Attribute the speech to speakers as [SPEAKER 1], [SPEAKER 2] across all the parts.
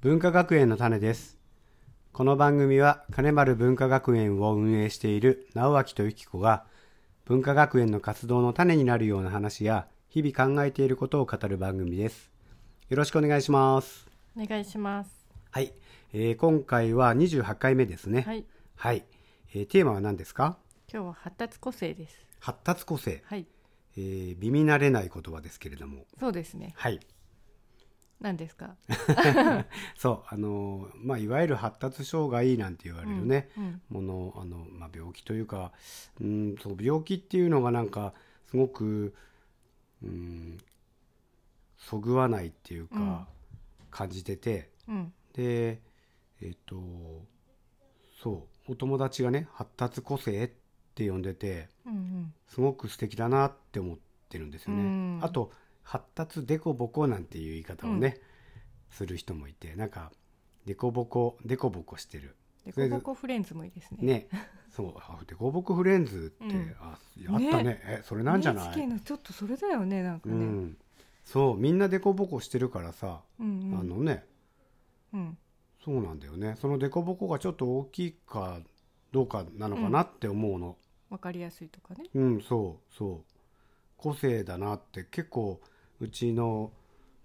[SPEAKER 1] 文化学園の種ですこの番組は金丸文化学園を運営している直脇とゆき子が文化学園の活動の種になるような話や日々考えていることを語る番組ですよろしくお願いします
[SPEAKER 2] お願いします。
[SPEAKER 1] はい、えー今回は28回目ですね
[SPEAKER 2] は
[SPEAKER 1] はい、
[SPEAKER 2] い、
[SPEAKER 1] えーテーマは何ですか
[SPEAKER 2] 今日は発達個性です。
[SPEAKER 1] 発達個性、
[SPEAKER 2] はい、
[SPEAKER 1] えー耳慣れない言葉ですけれども
[SPEAKER 2] そうですね。
[SPEAKER 1] はい
[SPEAKER 2] 何ですか。
[SPEAKER 1] そうあのーまあいわゆる発達障害なんて言われるね、
[SPEAKER 2] うん
[SPEAKER 1] ものあの、まあ、病気というかうんそう病気っていうのがなんかすごくうんそぐわないっていうか感じてて、
[SPEAKER 2] うん、
[SPEAKER 1] でえっとそうお友達がね発達個性って呼んでて
[SPEAKER 2] うん、うん、
[SPEAKER 1] すごく素敵だなって思ってるんですよね。
[SPEAKER 2] うん
[SPEAKER 1] あと発達デコボコなんていう言い方をね、する人もいてなんかデコボコデコボコしてる
[SPEAKER 2] で、
[SPEAKER 1] それ
[SPEAKER 2] こ
[SPEAKER 1] で
[SPEAKER 2] ここフレンズもいいですね。
[SPEAKER 1] ねそうあデコボコフレンズって、
[SPEAKER 2] うん
[SPEAKER 1] ああったね
[SPEAKER 2] ね
[SPEAKER 1] えそれなんじゃない、
[SPEAKER 2] NHK のちょっとそれだよね、なんか
[SPEAKER 1] う
[SPEAKER 2] ね。うん、
[SPEAKER 1] ん、そうみんなデコボコしてるからさ、
[SPEAKER 2] うん、
[SPEAKER 1] あのね
[SPEAKER 2] うん、
[SPEAKER 1] そうなんだよねそのデコボコがちょっと大きいかどうかなのかなって思うの、
[SPEAKER 2] わかりやすいとかね。
[SPEAKER 1] うん、そうそう個性だなって結構うちの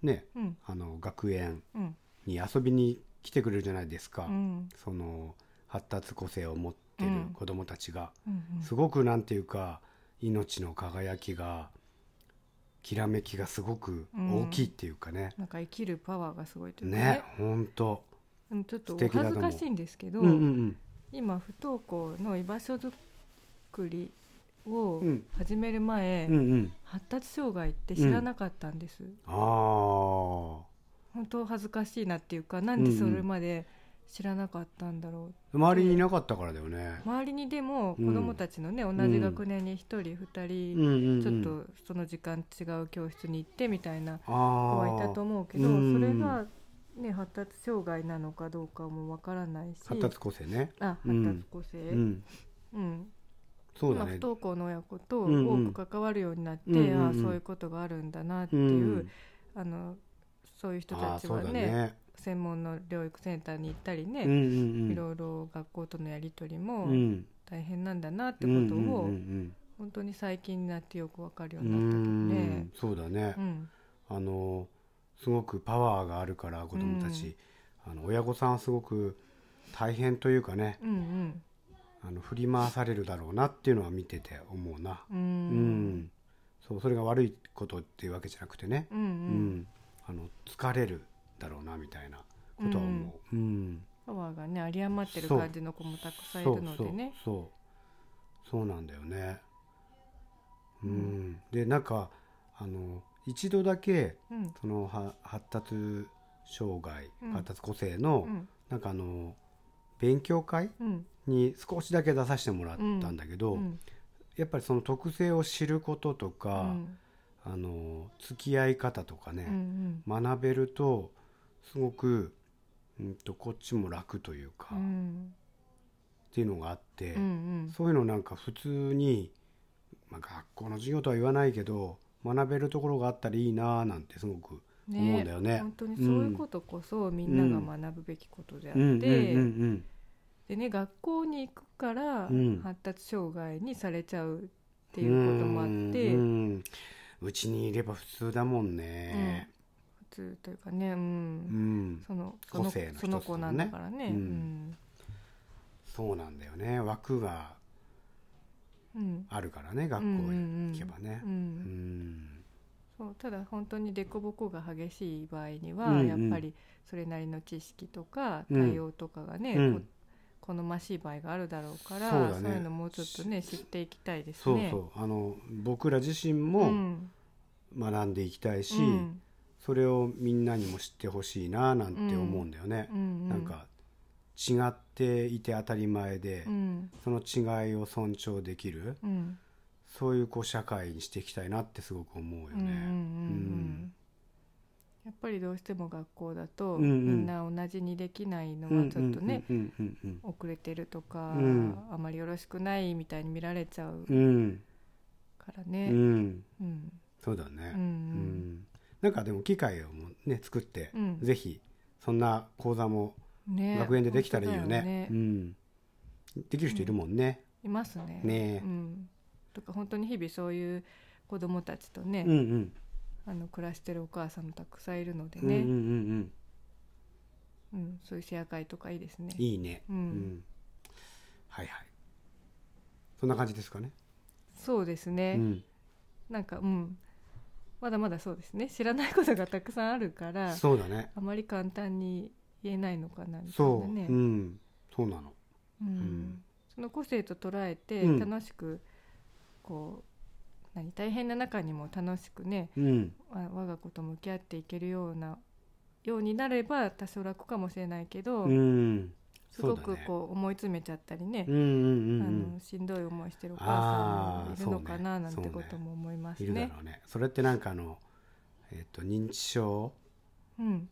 [SPEAKER 1] ね
[SPEAKER 2] うん、
[SPEAKER 1] あの学園
[SPEAKER 2] うん、
[SPEAKER 1] に遊びに来てくれるじゃないですか、
[SPEAKER 2] うん、
[SPEAKER 1] その発達個性を持ってる子どもたちが、
[SPEAKER 2] うん、
[SPEAKER 1] すごくなんていうか命の輝きがきらめきがすごく大きいっていうかね、
[SPEAKER 2] なんか生きるパワーがすごいというか
[SPEAKER 1] ね。ほんと
[SPEAKER 2] でもちょっと
[SPEAKER 1] 素
[SPEAKER 2] お
[SPEAKER 1] 敵だ
[SPEAKER 2] 恥
[SPEAKER 1] と
[SPEAKER 2] ず
[SPEAKER 1] 思う
[SPEAKER 2] かしいんですけど、
[SPEAKER 1] うんうん
[SPEAKER 2] 今不登校の居場所作りを
[SPEAKER 1] うん
[SPEAKER 2] 始める前、
[SPEAKER 1] うんうんうん
[SPEAKER 2] 発達障害って知らなかったんです。
[SPEAKER 1] ああ
[SPEAKER 2] 本当恥ずかしいなっていうかなんでそれまで知らなかったんだろう、
[SPEAKER 1] 周りにいなかったからだよね、
[SPEAKER 2] 周りにでも
[SPEAKER 1] うん
[SPEAKER 2] 子供たちのね、同じ学年に1人2
[SPEAKER 1] う
[SPEAKER 2] 人、
[SPEAKER 1] んうんうん、
[SPEAKER 2] ちょっとその時間違う教室に行ってみたいな子
[SPEAKER 1] あ
[SPEAKER 2] はい
[SPEAKER 1] ー
[SPEAKER 2] たと思うけど、
[SPEAKER 1] うん
[SPEAKER 2] それが、ね、発達障害なのかどうかもわからないし
[SPEAKER 1] 発達個性ね
[SPEAKER 2] あ
[SPEAKER 1] う
[SPEAKER 2] 発
[SPEAKER 1] ん
[SPEAKER 2] 達個性、
[SPEAKER 1] う
[SPEAKER 2] うん
[SPEAKER 1] んそう
[SPEAKER 2] ま
[SPEAKER 1] だ
[SPEAKER 2] あ不
[SPEAKER 1] ね
[SPEAKER 2] 登校の親子と多
[SPEAKER 1] うん
[SPEAKER 2] く関わるようになって、
[SPEAKER 1] うんうん
[SPEAKER 2] ああ
[SPEAKER 1] うん
[SPEAKER 2] そういうことがあるんだなって
[SPEAKER 1] う
[SPEAKER 2] いう、
[SPEAKER 1] ん
[SPEAKER 2] あのそういう人
[SPEAKER 1] あ
[SPEAKER 2] た
[SPEAKER 1] あ
[SPEAKER 2] ち
[SPEAKER 1] そ
[SPEAKER 2] は
[SPEAKER 1] うだ
[SPEAKER 2] ね
[SPEAKER 1] ね
[SPEAKER 2] 専門の療育センターに行ったりね、
[SPEAKER 1] うんうんうん
[SPEAKER 2] いろいろ学校とのやり取り
[SPEAKER 1] う
[SPEAKER 2] も
[SPEAKER 1] ん
[SPEAKER 2] 大変なんだなって
[SPEAKER 1] う
[SPEAKER 2] こ
[SPEAKER 1] ん
[SPEAKER 2] と
[SPEAKER 1] うんう
[SPEAKER 2] を
[SPEAKER 1] ん
[SPEAKER 2] 本当に最近になってよくわかるよ
[SPEAKER 1] う
[SPEAKER 2] うに
[SPEAKER 1] ん
[SPEAKER 2] なったけど
[SPEAKER 1] う
[SPEAKER 2] ね
[SPEAKER 1] ん。そうだね
[SPEAKER 2] うん
[SPEAKER 1] あのすごくパワーがあるから子供たち、あの親御さんはすごく大変というかね
[SPEAKER 2] うん
[SPEAKER 1] あの振り回されるだろうなっていうのは見てて思うな、
[SPEAKER 2] うんう
[SPEAKER 1] うん
[SPEAKER 2] ん
[SPEAKER 1] そうそれが悪いことっていうわけじゃなくてね、
[SPEAKER 2] う
[SPEAKER 1] うん
[SPEAKER 2] ん
[SPEAKER 1] あの疲れるだろうなみたいなことは思う、うん
[SPEAKER 2] パワーがね有り余ってる感じの子もたくさんい
[SPEAKER 1] そう
[SPEAKER 2] るの
[SPEAKER 1] そ
[SPEAKER 2] で
[SPEAKER 1] う
[SPEAKER 2] ね。
[SPEAKER 1] そうそうなんだよねうん、
[SPEAKER 2] う
[SPEAKER 1] でなんかあの一度だけ
[SPEAKER 2] うん
[SPEAKER 1] そのは発達障害
[SPEAKER 2] うん
[SPEAKER 1] 発達個性の、
[SPEAKER 2] うん
[SPEAKER 1] なんかあの勉強会
[SPEAKER 2] うん
[SPEAKER 1] に少しだけ出させてもらったんだけど、
[SPEAKER 2] うん
[SPEAKER 1] やっぱりその特性を知ることと
[SPEAKER 2] う
[SPEAKER 1] か、
[SPEAKER 2] ん
[SPEAKER 1] あの付き合い方とか
[SPEAKER 2] う
[SPEAKER 1] ね、
[SPEAKER 2] ん
[SPEAKER 1] 学べるとすごく、うん、とこっちも楽というか、
[SPEAKER 2] う
[SPEAKER 1] っ
[SPEAKER 2] ん
[SPEAKER 1] ていうのがあって、
[SPEAKER 2] うん
[SPEAKER 1] そういうのなんか普通に、まあ、学校の授業とは言わないけど学べるところがあったらいいなーなんてすごく思うんだよね
[SPEAKER 2] 本当にそういうことこそみんなが学ぶべきことであって、
[SPEAKER 1] うん
[SPEAKER 2] でね学校に行くから
[SPEAKER 1] うん
[SPEAKER 2] 発達障害にされちゃうって
[SPEAKER 1] て
[SPEAKER 2] いうこともあって、
[SPEAKER 1] うんうちにいれば普通だもんね、
[SPEAKER 2] 普通というかね、う
[SPEAKER 1] う
[SPEAKER 2] ん
[SPEAKER 1] ん
[SPEAKER 2] そのそ
[SPEAKER 1] 個
[SPEAKER 2] の
[SPEAKER 1] 性の一つ
[SPEAKER 2] その子なんだから
[SPEAKER 1] う
[SPEAKER 2] ね。うんん
[SPEAKER 1] そうなんだよね枠が
[SPEAKER 2] うん
[SPEAKER 1] あるからね学校に行けばね
[SPEAKER 2] う
[SPEAKER 1] うんん
[SPEAKER 2] そうただ本当に凸凹が激しい場合には、
[SPEAKER 1] うんうん
[SPEAKER 2] やっぱりそれなりの知識とか
[SPEAKER 1] うん
[SPEAKER 2] 対応とかがね、
[SPEAKER 1] うん
[SPEAKER 2] こ好ましい場合があるだろうから
[SPEAKER 1] そ
[SPEAKER 2] そうう,、
[SPEAKER 1] だね
[SPEAKER 2] いうのもうちょっとね知っていきたいです
[SPEAKER 1] そう
[SPEAKER 2] ね。
[SPEAKER 1] そうあの僕ら自身
[SPEAKER 2] う
[SPEAKER 1] も
[SPEAKER 2] ん
[SPEAKER 1] 学んでいきたいし、
[SPEAKER 2] うん
[SPEAKER 1] それをみんなにも知ってほしいなーなんて思うんだよね
[SPEAKER 2] う、ん
[SPEAKER 1] なんか違っていて当たり前で、
[SPEAKER 2] うん
[SPEAKER 1] その違いを尊重できる
[SPEAKER 2] うん
[SPEAKER 1] そういうこう社会にしていきたいなってすごく思うよ
[SPEAKER 2] うんうんうんう
[SPEAKER 1] ね。
[SPEAKER 2] んやっぱりどうしても学校だと、
[SPEAKER 1] うんうん
[SPEAKER 2] みんな同じにできないのはちょっとね、
[SPEAKER 1] うんうんうん
[SPEAKER 2] 遅れてるとか、
[SPEAKER 1] うん
[SPEAKER 2] あまりよろしくないみたいに見られちゃう
[SPEAKER 1] うんうん
[SPEAKER 2] から
[SPEAKER 1] う
[SPEAKER 2] ね。
[SPEAKER 1] ん
[SPEAKER 2] うん
[SPEAKER 1] そうだ
[SPEAKER 2] う
[SPEAKER 1] ね、うん
[SPEAKER 2] ん
[SPEAKER 1] なんかでも機会をもね作って、
[SPEAKER 2] うん
[SPEAKER 1] ぜひそんな講座も
[SPEAKER 2] ね
[SPEAKER 1] 学園でできたらいいよ
[SPEAKER 2] 本
[SPEAKER 1] ね
[SPEAKER 2] 当だ
[SPEAKER 1] うん、できる人いるもんね、
[SPEAKER 2] いますね
[SPEAKER 1] ねえ
[SPEAKER 2] うん、とか本当に日々そういう子供たちとね、
[SPEAKER 1] うん、うん
[SPEAKER 2] あの暮らしてるお母さんもたくさんいるので
[SPEAKER 1] うんうんうん
[SPEAKER 2] ね、
[SPEAKER 1] うん
[SPEAKER 2] うんそういうシェア会とかいいですね
[SPEAKER 1] いいね、
[SPEAKER 2] うん
[SPEAKER 1] うんはいはいそんな感じですかね、
[SPEAKER 2] そうですね、
[SPEAKER 1] うん、
[SPEAKER 2] なんかうんまだまだそうですね知らないことがたくさんあるから
[SPEAKER 1] そうだね
[SPEAKER 2] あまり簡単に言えないのかなみたい
[SPEAKER 1] そ
[SPEAKER 2] な
[SPEAKER 1] う、
[SPEAKER 2] ね
[SPEAKER 1] うんそうなの
[SPEAKER 2] うん
[SPEAKER 1] ん
[SPEAKER 2] その個性と捉えて
[SPEAKER 1] うん
[SPEAKER 2] 楽しく、こう何大変な中にも楽しくね
[SPEAKER 1] うん
[SPEAKER 2] わ我が子と向き合っていけるようなようになれば多少楽かもしれないけど、
[SPEAKER 1] うん
[SPEAKER 2] す
[SPEAKER 1] そ
[SPEAKER 2] ご
[SPEAKER 1] う
[SPEAKER 2] く
[SPEAKER 1] だね
[SPEAKER 2] こう思い詰めちゃったりね
[SPEAKER 1] うんうんうんう
[SPEAKER 2] あの
[SPEAKER 1] ん
[SPEAKER 2] しんどい思いしてるお母さんもいるのか
[SPEAKER 1] あ
[SPEAKER 2] な
[SPEAKER 1] ー
[SPEAKER 2] なん
[SPEAKER 1] そう
[SPEAKER 2] て
[SPEAKER 1] ね
[SPEAKER 2] ことも思います
[SPEAKER 1] い
[SPEAKER 2] ね。
[SPEAKER 1] るだろうねそれってなんかあのえっ、と認知症
[SPEAKER 2] うん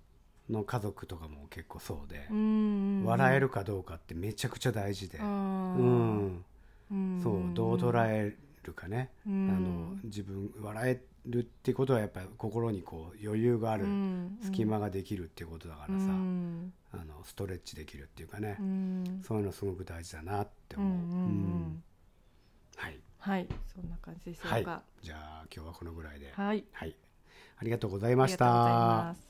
[SPEAKER 1] の家族とかも結構そうで、
[SPEAKER 2] うんうんうん
[SPEAKER 1] 笑えるかどうかってめちゃくちゃ大事で、
[SPEAKER 2] あ
[SPEAKER 1] う
[SPEAKER 2] ー
[SPEAKER 1] ん、
[SPEAKER 2] うん
[SPEAKER 1] そうどう捉えるかね、
[SPEAKER 2] うん
[SPEAKER 1] あの自分笑えるってことはやっぱり心にこう余裕がある、
[SPEAKER 2] うん
[SPEAKER 1] 隙間ができるってことだからさ、
[SPEAKER 2] うん
[SPEAKER 1] あのストレッチできるっていうかね、
[SPEAKER 2] うん
[SPEAKER 1] そういうのすごく大事だなって
[SPEAKER 2] うんう
[SPEAKER 1] 思う、
[SPEAKER 2] んう
[SPEAKER 1] うん
[SPEAKER 2] ん
[SPEAKER 1] はい、
[SPEAKER 2] はいそんな感じでしょ
[SPEAKER 1] は
[SPEAKER 2] う
[SPEAKER 1] い
[SPEAKER 2] か、
[SPEAKER 1] じゃあ今日はこのぐらいで、
[SPEAKER 2] はい
[SPEAKER 1] はい、ありがとうございました
[SPEAKER 2] ありがとうございます